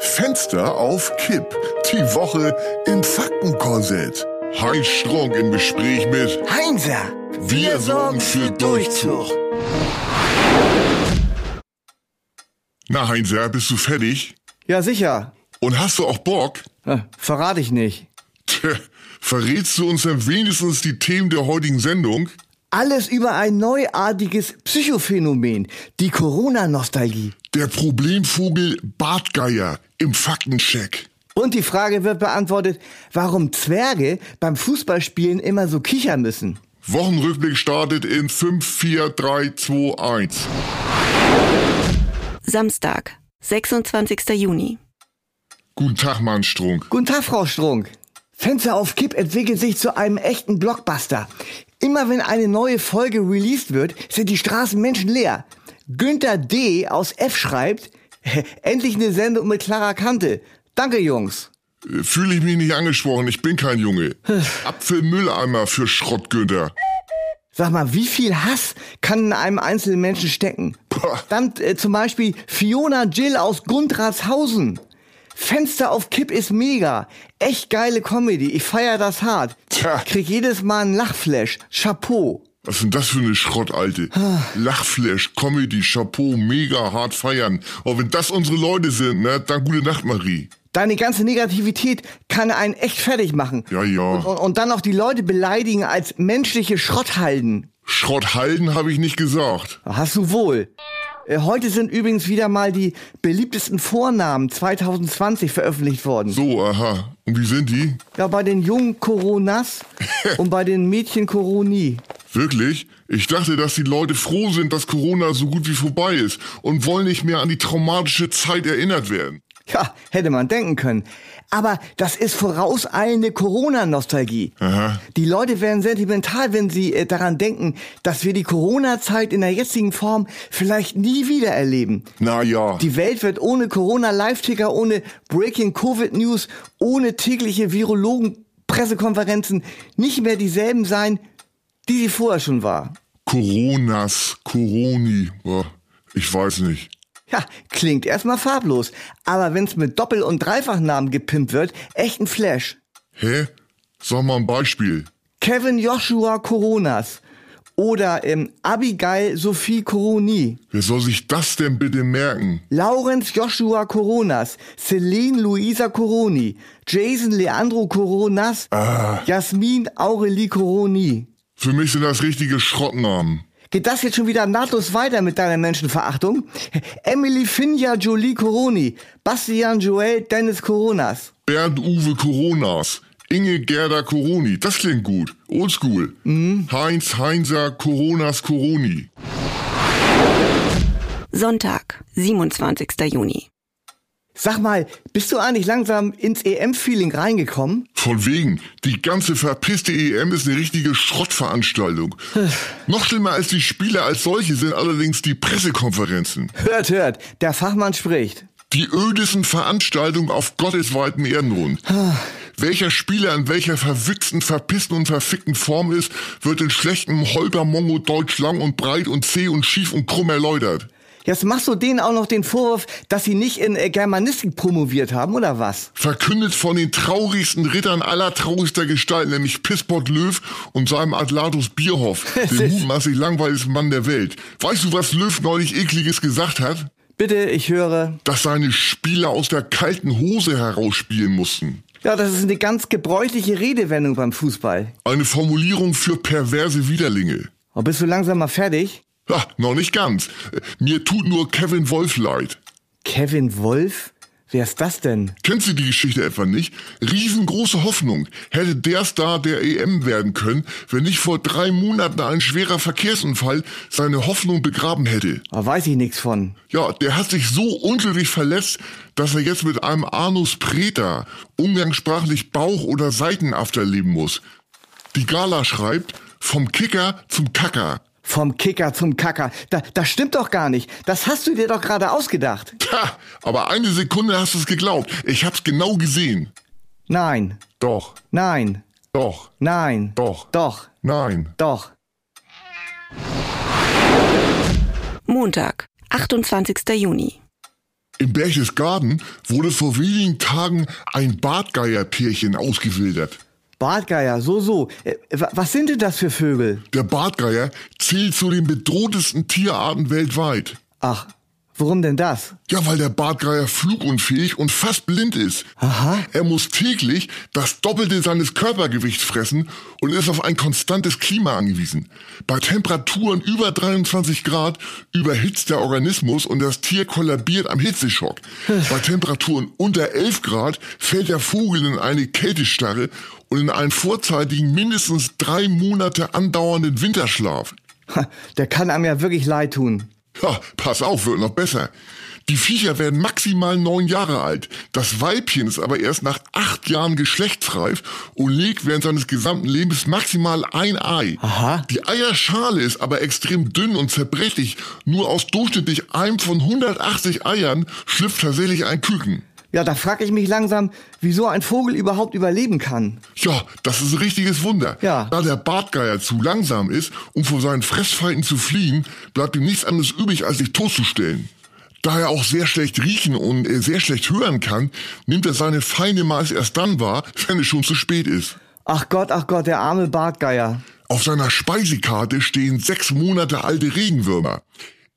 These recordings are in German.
Fenster auf Kipp. Die Woche im Faktenkorsett. Heinz Strunk im Gespräch mit Heinzer, Wir sorgen für Durchzug. Na Heinzer, bist du fertig? Ja, sicher. Und hast du auch Bock? Äh, Verrate ich nicht. Tja, verrätst du uns dann wenigstens die Themen der heutigen Sendung? Alles über ein neuartiges Psychophänomen, die Corona-Nostalgie. Der Problemvogel Bartgeier im Faktencheck. Und die Frage wird beantwortet, warum Zwerge beim Fußballspielen immer so kichern müssen. Wochenrückblick startet in 5, 4, 3, 2, 1. Samstag, 26. Juni. Guten Tag, Mann Strunk. Guten Tag, Frau Strunk. Fenster auf Kipp entwickelt sich zu einem echten Blockbuster. Immer wenn eine neue Folge released wird, sind die Straßen menschenleer. Günther D. aus F schreibt, endlich eine Sendung mit klarer Kante. Danke, Jungs. Äh, Fühle ich mich nicht angesprochen, ich bin kein Junge. Apfelmülleimer für Schrottgünder. Sag mal, wie viel Hass kann in einem einzelnen Menschen stecken? Boah. Dann äh, zum Beispiel Fiona Jill aus Gundratshausen. Fenster auf Kipp ist mega. Echt geile Comedy. Ich feier das hart. Tja. Krieg jedes Mal einen Lachflash. Chapeau. Was ist denn das für eine Schrottalte? Lachflash, Comedy, Chapeau, mega hart feiern. Und wenn das unsere Leute sind, ne, dann gute Nacht, Marie. Deine ganze Negativität kann einen echt fertig machen. Ja, ja. Und, und dann noch die Leute beleidigen als menschliche Schrotthalden. Schrotthalden habe ich nicht gesagt. Hast du wohl. Äh, Heute sind übrigens wieder mal die beliebtesten Vornamen 2020 veröffentlicht worden. So, aha. Und wie sind die? Ja, bei den jungen Coronas und bei den Mädchen Coroni. Wirklich? Ich dachte, dass die Leute froh sind, dass Corona so gut wie vorbei ist und wollen nicht mehr an die traumatische Zeit erinnert werden. Ja, hätte man denken können. Aber das ist vorauseilende Corona-Nostalgie. Aha. Die Leute werden sentimental, wenn sie äh, daran denken, dass wir die Corona-Zeit in der jetzigen Form vielleicht nie wieder erleben. Naja. Die Welt wird ohne Corona-Live-Ticker, ohne Breaking Covid-News, ohne tägliche Virologen-Pressekonferenzen nicht mehr dieselben sein, die sie vorher schon war. Coronas, Coroni. Boah, ich weiß nicht. Ja, klingt erstmal farblos, aber wenn's mit Doppel- und Dreifachnamen gepimpt wird, echt ein Flash. Hä? Sag mal ein Beispiel. Kevin Joshua Coronas oder ähm, Abigail Sophie Coroni, Wer soll sich das denn bitte merken? Lawrence Joshua Coronas, Celine Luisa Coroni, Jason Leandro Coronas, Jasmin Aurelie Coroni. Für mich sind das richtige Schrottnamen. Geht das jetzt schon wieder nahtlos weiter mit deiner Menschenverachtung? Emily Finja Jolie Coroni, Bastian Joel Dennis Coronas. Bernd Uwe Coronas. Inge Gerda Coroni. Das klingt gut. Oldschool. Heinz Heinzer Coronas Coroni. Sonntag, 27. Juni. Sag mal, bist du eigentlich langsam ins EM-Feeling reingekommen? Von wegen, die ganze verpisste EM ist eine richtige Schrottveranstaltung. Noch schlimmer als die Spiele als solche sind allerdings die Pressekonferenzen. Hört, hört, der Fachmann spricht. Die ödesten Veranstaltungen auf gottesweiten Erdenrund. Welcher Spieler in welcher verwitzten, verpissten und verfickten Form ist, wird in schlechtem Holpermongo Deutsch lang und breit und zäh und schief und krumm erläutert. Jetzt machst du denen auch noch den Vorwurf, dass sie nicht in äh, Germanistik promoviert haben, oder was? Verkündet von den traurigsten Rittern aller traurigster Gestalt, nämlich Pisspot Löw und seinem Adlatus Bierhoff, dem mutmaßlich langweiligsten Mann der Welt. Weißt du, was Löw neulich ekliges gesagt hat? Bitte, ich höre. Dass seine Spieler aus der kalten Hose herausspielen mussten. Ja, das ist eine ganz gebräuchliche Redewendung beim Fußball. Eine Formulierung für perverse Widerlinge. Oh, bist du langsam mal fertig? Ha, noch nicht ganz. Äh, Mir tut nur Kevin Wolf leid. Kevin Wolf? Wer ist das denn? Kennst du die Geschichte etwa nicht? Riesengroße Hoffnung. Hätte der Star der EM werden können, wenn nicht vor drei Monaten ein schwerer Verkehrsunfall seine Hoffnung begraben hätte. Oh, weiß ich nichts von. Ja, der hat sich so unglücklich verletzt, dass er jetzt mit einem Anus Preta, umgangssprachlich Bauch- oder Seitenafter leben muss. Die Gala schreibt, vom Kicker zum Kacker. Vom Kicker zum Kacker. Da, das stimmt doch gar nicht. Das hast du dir doch gerade ausgedacht. Tja, aber eine Sekunde hast du es geglaubt. Ich hab's genau gesehen. Nein, Doch, nein, doch, nein. Doch. Doch, nein. doch. Montag, 28. Juni. In Berchtesgaden wurde vor wenigen Tagen ein Bartgeierpärchen ausgewildert. Bartgeier, so, so. Äh, wa- was sind denn das für Vögel? Der Bartgeier zählt zu den bedrohtesten Tierarten weltweit. Ach, warum denn das? Ja, weil der Bartgeier flugunfähig und fast blind ist. Aha. Er muss täglich das Doppelte seines Körpergewichts fressen und ist auf ein konstantes Klima angewiesen. Bei Temperaturen über 23 Grad überhitzt der Organismus und das Tier kollabiert am Hitzeschock. Bei Temperaturen unter 11 Grad fällt der Vogel in eine Kältestarre und in einen vorzeitigen, mindestens drei Monate andauernden Winterschlaf. Ha, Der kann einem ja wirklich leid tun. Ja, pass auf, wird noch besser. Die Viecher werden maximal neun Jahre alt. Das Weibchen ist aber erst nach acht Jahren geschlechtsreif und legt während seines gesamten Lebens maximal ein Ei. Aha. Die Eierschale ist aber extrem dünn und zerbrechlich. Nur aus durchschnittlich einem von 180 Eiern schlüpft tatsächlich ein Küken. Ja, da frage ich mich langsam, wieso ein Vogel überhaupt überleben kann. Ja, das ist ein richtiges Wunder. Ja. Da der Bartgeier zu langsam ist, um vor seinen Fressfeinden zu fliehen, bleibt ihm nichts anderes übrig, als sich totzustellen. Da er auch sehr schlecht riechen und äh, sehr schlecht hören kann, nimmt er seine Feinde meist erst dann wahr, wenn es schon zu spät ist. Ach Gott, ach Gott, der arme Bartgeier. Auf seiner Speisekarte stehen sechs Monate alte Regenwürmer.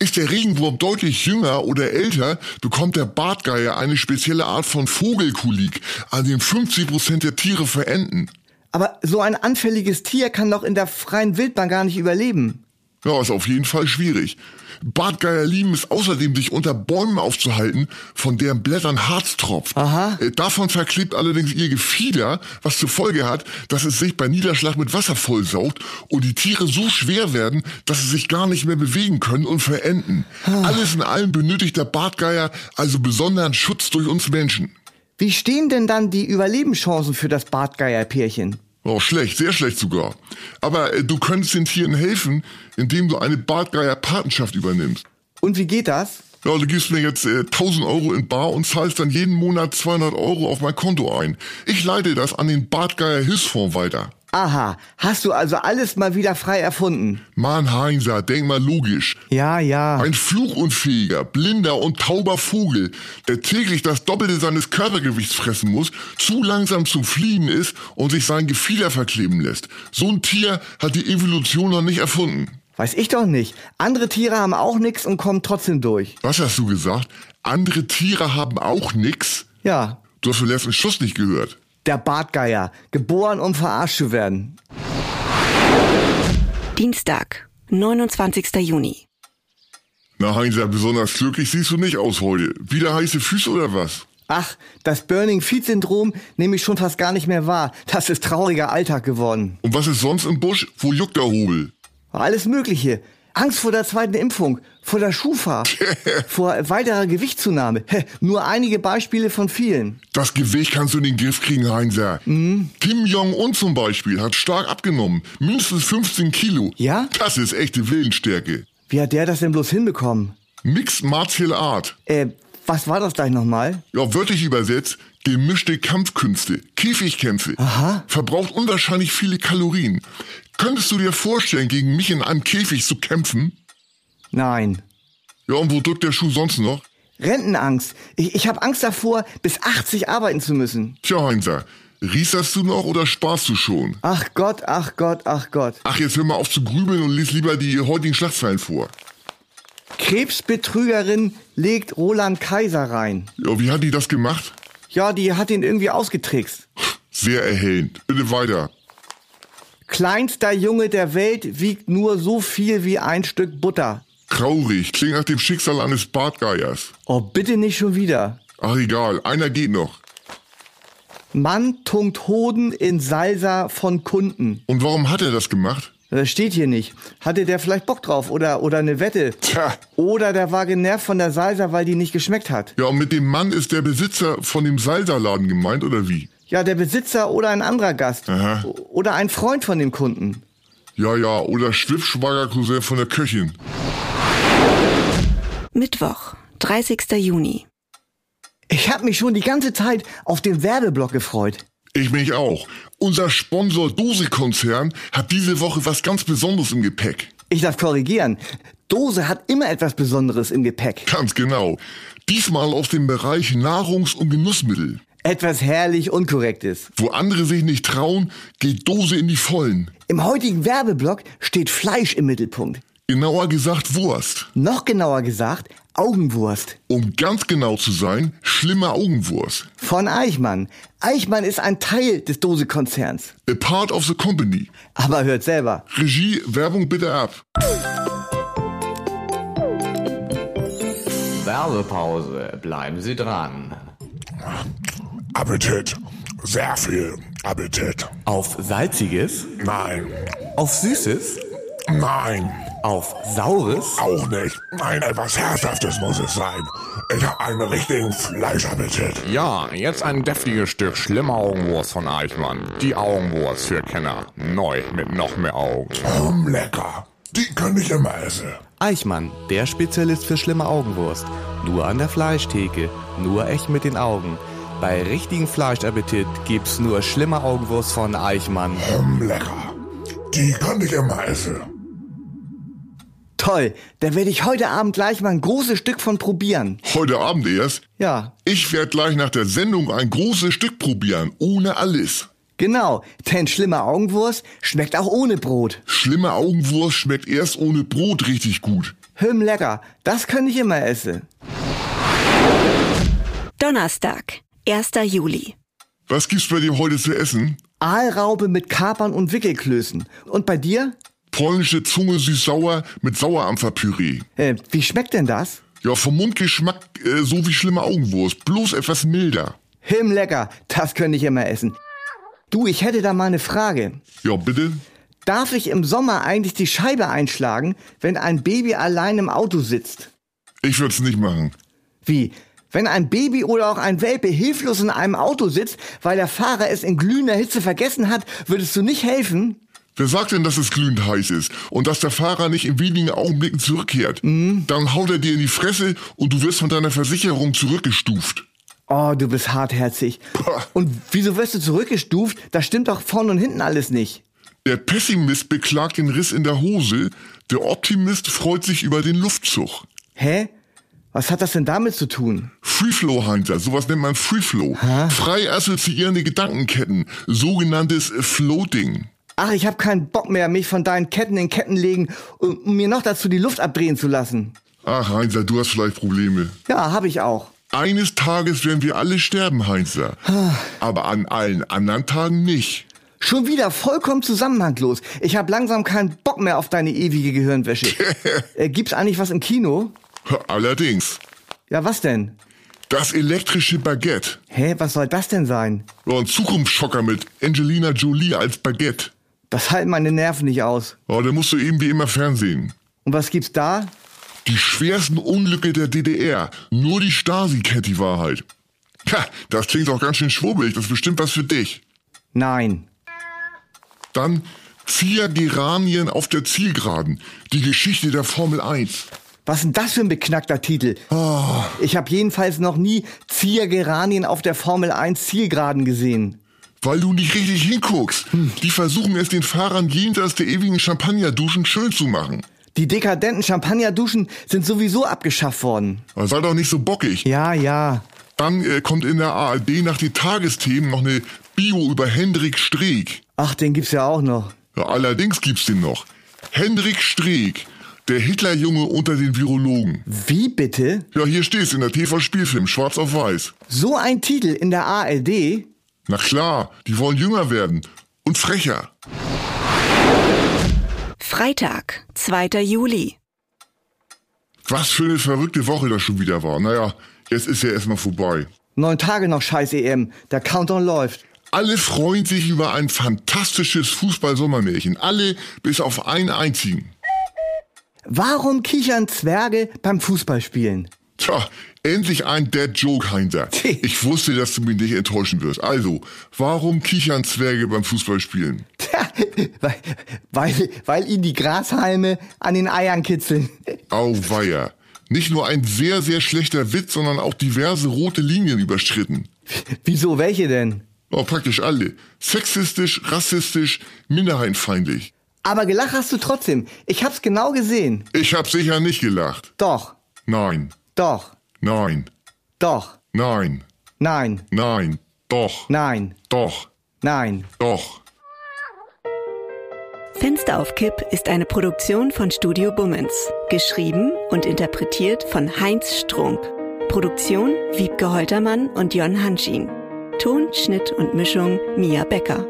Ist der Regenwurm deutlich jünger oder älter, bekommt der Bartgeier eine spezielle Art von Vogelkulik, an dem 50% der Tiere verenden. Aber so ein anfälliges Tier kann doch in der freien Wildbahn gar nicht überleben. Ja, ist auf jeden Fall schwierig. Bartgeier lieben es außerdem, sich unter Bäumen aufzuhalten, von deren Blättern Harz tropft. Aha. Äh, Davon verklebt allerdings ihr Gefieder, was zur Folge hat, dass es sich bei Niederschlag mit Wasser vollsaugt und die Tiere so schwer werden, dass sie sich gar nicht mehr bewegen können und verenden. Alles in allem benötigt der Bartgeier also besonderen Schutz durch uns Menschen. Wie stehen denn dann die Überlebenschancen für das Bartgeierpärchen? Oh, schlecht, sehr schlecht sogar. Aber äh, du könntest den Tieren helfen, indem du eine Bartgeier-Patenschaft übernimmst. Und wie geht das? Ja, du gibst mir jetzt äh, 1000 Euro in Bar und zahlst dann jeden Monat 200 Euro auf mein Konto ein. Ich leite das an den Bartgeier Hilfsfonds weiter. Aha, hast du also alles mal wieder frei erfunden? Mann, Heinzer, denk mal logisch. Ja, ja. Ein flugunfähiger, blinder und tauber Vogel, der täglich das Doppelte seines Körpergewichts fressen muss, zu langsam zum Fliehen ist und sich sein Gefieder verkleben lässt. So ein Tier hat die Evolution noch nicht erfunden. Weiß ich doch nicht. Andere Tiere haben auch nix und kommen trotzdem durch. Was hast du gesagt? Andere Tiere haben auch nix? Ja, Du hast den letzten Schuss nicht gehört. der Bartgeier. Geboren, um verarscht zu werden. Dienstag, 29. Juni. Na Heinzer, besonders glücklich siehst du nicht aus heute. Wieder heiße Füße oder was? Ach, das Burning Feet Syndrom nehme ich schon fast gar nicht mehr wahr. Das ist trauriger Alltag geworden. Und was ist sonst im Busch? Wo juckt der Hobel? Alles Mögliche. Angst vor der zweiten Impfung, vor der Schufa, vor weiterer Gewichtszunahme. Hä, Nur einige Beispiele von vielen. Das Gewicht kannst du in den Griff kriegen, Heinzer. Mhm. Kim Jong-un zum Beispiel hat stark abgenommen. Mindestens 15 Kilo. Ja? Das ist echte Willensstärke. Wie hat der das denn bloß hinbekommen? Mixed Martial Art. Äh, was war das gleich nochmal? Ja, wörtlich übersetzt, gemischte Kampfkünste, Käfigkämpfe. Aha. Verbraucht unwahrscheinlich viele Kalorien. Könntest du dir vorstellen, gegen mich in einem Käfig zu kämpfen? Nein. Ja, und wo drückt der Schuh sonst noch? Rentenangst. Ich, ich habe Angst davor, bis 80 arbeiten zu müssen. Tja, Heinzer, rieserst du noch oder sparst du schon? Ach Gott, ach Gott, ach Gott. Ach, jetzt hör mal auf zu grübeln und lies lieber die heutigen Schlagzeilen vor. Krebsbetrügerin legt Roland Kaiser rein. Ja, wie hat die das gemacht? Ja, die hat ihn irgendwie ausgetrickst. Sehr erhellend. Bitte weiter. Kleinster Junge der Welt wiegt nur so viel wie ein Stück Butter. Traurig, klingt nach dem Schicksal eines Bartgeiers. Oh, bitte nicht schon wieder. Ach, egal, einer geht noch. Mann tunkt Hoden in Salsa von Kunden. Und warum hat er das gemacht? Das steht hier nicht. Hatte der vielleicht Bock drauf oder, oder eine Wette? Tja. Oder der war genervt von der Salsa, weil die nicht geschmeckt hat. Ja, und mit dem Mann ist der Besitzer von dem Salsa-Laden gemeint, oder wie? Ja, der Besitzer oder ein anderer Gast. Aha. O- Oder ein Freund von dem Kunden. Ja, ja, oder Schwiffschwager-Cousin von der Köchin. Mittwoch, 30. Juni. Ich habe mich schon die ganze Zeit auf den Werbeblock gefreut. Ich mich auch. Unser Sponsor Dose-Konzern hat diese Woche was ganz Besonderes im Gepäck. Ich darf korrigieren. Dose hat immer etwas Besonderes im Gepäck. Ganz genau. Diesmal aus dem Bereich Nahrungs- und Genussmittel. Etwas herrlich Unkorrektes. Wo andere sich nicht trauen, geht Dose in die Vollen. Im heutigen Werbeblock steht Fleisch im Mittelpunkt. Genauer gesagt Wurst. Noch genauer gesagt, Augenwurst. Um ganz genau zu sein, schlimme Augenwurst. Von Eichmann. Eichmann ist ein Teil des Dose-Konzerns. A part of the company. Aber hört selber. Regie, Werbung bitte ab. Werbepause. Bleiben Sie dran. Appetit. Sehr viel Appetit. Auf Salziges, Nein, auf Süßes, nein, auf Saures. auch nicht. Nein, etwas Herzhaftes muss es sein. Ich habe einen richtigen Fleischappetit. Ja, jetzt ein deftiges Stück schlimme Augenwurst von Eichmann. Die Augenwurst für Kenner. Neu mit noch mehr Augen. Hm, lecker. Die könnte ich immer essen. Eichmann, der Spezialist für schlimme Augenwurst. Nur an der Fleischtheke, nur echt mit den Augen. Bei richtigen Fleischappetit gibt's nur schlimme Augenwurst von Eichmann. Hm, lecker. Die könnte ich immer essen. Toll, da werde ich heute Abend gleich mal ein großes Stück von probieren. Heute Abend erst. Ja, Ich werde gleich nach der Sendung ein großes Stück probieren, ohne alles. genau, denn schlimme Augenwurst schmeckt auch ohne Brot. Schlimme Augenwurst schmeckt erst ohne Brot richtig gut. Hüm lecker, das kann ich immer essen. Donnerstag, 1. Juli. Was gibt's bei dir heute zu essen? Aalraupe mit Kapern und Wickelklößen. Und bei dir? Polnische Zunge süß-sauer mit Sauerampferpüree. Äh, wie schmeckt denn das? Ja, vom Mundgeschmack äh, so wie schlimme Augenwurst, bloß etwas milder. Him lecker, das könnte ich immer essen. Du, ich hätte da mal eine Frage. Ja, bitte? Darf ich im Sommer eigentlich die Scheibe einschlagen, wenn ein Baby allein im Auto sitzt? Ich würd's nicht machen. Wie? Wenn ein Baby oder auch ein Welpe hilflos in einem Auto sitzt, weil der Fahrer es in glühender Hitze vergessen hat, würdest du nicht helfen? Wer sagt denn, dass es glühend heiß ist und dass der Fahrer nicht in wenigen Augenblicken zurückkehrt? Dann haut er dir in die Fresse und du wirst von deiner Versicherung zurückgestuft. Oh, du bist hartherzig. Pah. Und wieso wirst du zurückgestuft? Das stimmt doch vorne und hinten alles nicht. Der Pessimist beklagt den Riss in der Hose, der Optimist freut sich über den Luftzug. Hä? Was hat das denn damit zu tun? Freeflow, Heinzer, sowas nennt man Freeflow. Frei assoziierende Gedankenketten, sogenanntes Floating. Ach, ich habe keinen Bock mehr, mich von deinen Ketten in Ketten legen und um mir noch dazu die Luft abdrehen zu lassen. Ach, Heinzer, du hast vielleicht Probleme. Ja, habe ich auch. Eines Tages werden wir alle sterben, Heinzer. Aber an allen anderen Tagen nicht. Schon wieder vollkommen zusammenhanglos. Ich habe langsam keinen Bock mehr auf deine ewige Gehirnwäsche. äh, gibt's eigentlich was im Kino? Allerdings, Ja, was denn? das elektrische Baguette. Hä, was soll das denn sein? Oh, ein Zukunftsschocker mit Angelina Jolie als Baguette. Das halten meine Nerven nicht aus. Oh, da musst du eben wie immer fernsehen. Und was gibt's da? Die schwersten Unglücke der DDR. Nur die Stasi kennt die Wahrheit. Ha, das klingt auch ganz schön schwurbelig. Das ist bestimmt was für dich. Nein. Dann Zieher Geranien auf der Zielgeraden. Die Geschichte der Formel 1. Was ist denn das für ein beknackter Titel? Ah. Ich habe jedenfalls noch nie Ziergeranien auf der Formel 1 Zielgeraden gesehen. Weil du nicht richtig hinguckst. Die versuchen es den Fahrern jenseits der ewigen Champagnerduschen schön zu machen. Die dekadenten Champagnerduschen sind sowieso abgeschafft worden. Aber Sei doch nicht so bockig. Ja, ja. Dann äh, kommt in der ARD nach den Tagesthemen noch eine Bio über Hendrik Streeck. Ach, den gibt's ja auch noch. Ja, allerdings gibt's den noch. Hendrik Streeck, der Hitlerjunge unter den Virologen. Wie bitte? Ja, hier steht's in der TV-Spielfilm, schwarz auf weiß. So ein Titel in der ARD? Na klar, die wollen jünger werden. Und frecher. Freitag, 2. Juli. Was für eine verrückte Woche das schon wieder war. Naja, jetzt ist ja erstmal vorbei. Neun Tage noch scheiß EM. Der Countdown läuft. Alle freuen sich über ein fantastisches Fußball-Sommermärchen. Alle bis auf einen einzigen. Warum kichern Zwerge beim Fußballspielen? Tja, endlich ein Dead Joke, Heinzer. Ich wusste, dass du mich nicht enttäuschen wirst. Also, warum kichern Zwerge beim Fußballspielen? Tja, weil, weil, weil ihnen die Grashalme an den Eiern kitzeln. Auweia. Nicht nur ein sehr, sehr schlechter Witz, sondern auch diverse rote Linien überschritten. Wieso, welche denn? Oh, praktisch alle. Sexistisch, rassistisch, minderheitenfeindlich. Aber gelacht hast du trotzdem. Ich hab's genau gesehen. Ich hab sicher nicht gelacht. Doch, Nein, doch, nein, doch, nein, nein, nein, doch, nein, doch, nein. doch. Fenster auf Kipp ist eine Produktion von Studio Bummens. Geschrieben und interpretiert von Heinz Strunk. Produktion Wiebke Holtermann und Jon Hanschin. Ton, Schnitt und Mischung Mia Becker.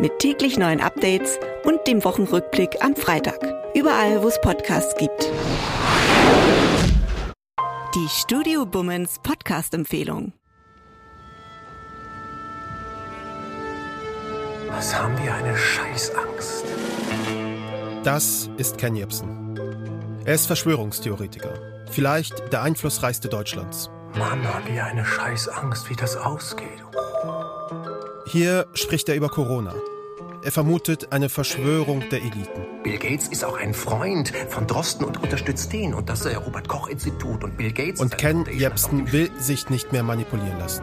Mit täglich neuen Updates und dem Wochenrückblick am Freitag. Überall, wo es Podcasts gibt. Die Studio Bummens Podcast-Empfehlung. Was haben wir eine Scheißangst? Das ist Ken Jebsen. Er ist Verschwörungstheoretiker. Vielleicht der einflussreichste Deutschlands. Mann, haben wir eine Scheißangst, wie das ausgeht. Hier spricht er über Corona. Er vermutet eine Verschwörung der Eliten. Bill Gates ist auch ein Freund von Drosten und unterstützt den und das äh, Robert-Koch-Institut und Bill Gates. Und Ken Jebsen will sich nicht mehr manipulieren lassen.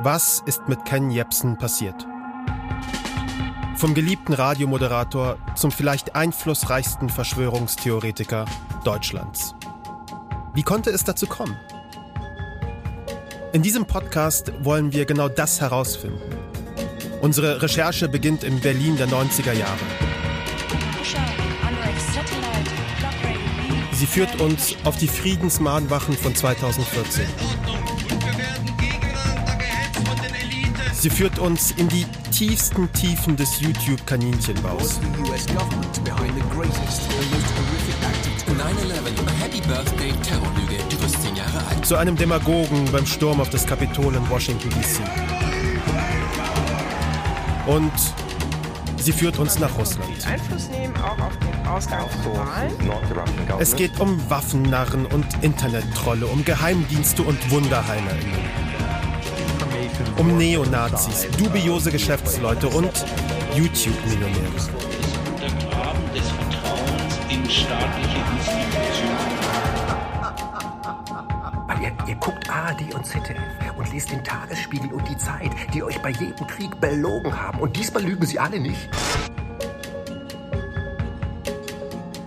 Was ist mit Ken Jebsen passiert? Vom geliebten Radiomoderator zum vielleicht einflussreichsten Verschwörungstheoretiker Deutschlands. Wie konnte es dazu kommen? In diesem Podcast wollen wir genau das herausfinden. Unsere Recherche beginnt im Berlin der 90er Jahre. Sie führt uns auf die Friedensmahnwachen von 2014. Sie führt uns in die tiefsten Tiefen des YouTube-Kaninchenbaus. Zu einem Demagogen beim Sturm auf das Kapitol in Washington, D.C. Und sie führt uns nach Russland. Einfluss nehmen, auch auf den Ausgang der Wahlen. Es geht um Waffennarren und Internettrolle, um Geheimdienste und WunderheilerInnen. Um Neonazis, dubiose Geschäftsleute und YouTube-Millionäre. Der Graben des Vertrauens in staatliche Institutionen. Weil ihr, ihr guckt ARD und ZDF und lest den Tagesspiegel und die Zeit, die euch bei jedem Krieg belogen haben. Und diesmal lügen sie alle nicht.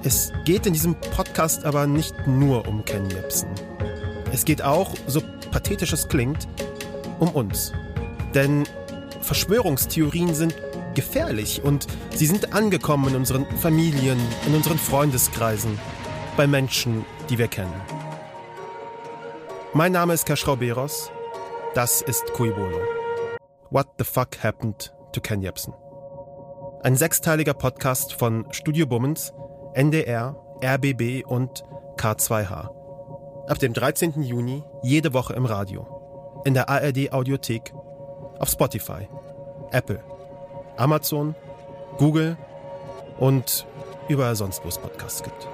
Es geht in diesem Podcast aber nicht nur um Ken Jebsen. Es geht auch, so pathetisch es klingt, um uns. Denn Verschwörungstheorien sind gefährlich und sie sind angekommen in unseren Familien, in unseren Freundeskreisen, bei Menschen, die wir kennen. Mein Name ist Kaschrauberos. Das ist Cui Bono. What the fuck happened to Ken Jebsen? Ein sechsteiliger Podcast von Studio Bummens, NDR, RBB und K2H. Ab dem 13. Juni jede Woche im Radio, in der ARD Audiothek, auf Spotify, Apple, Amazon, Google und überall sonst, wo es Podcasts gibt.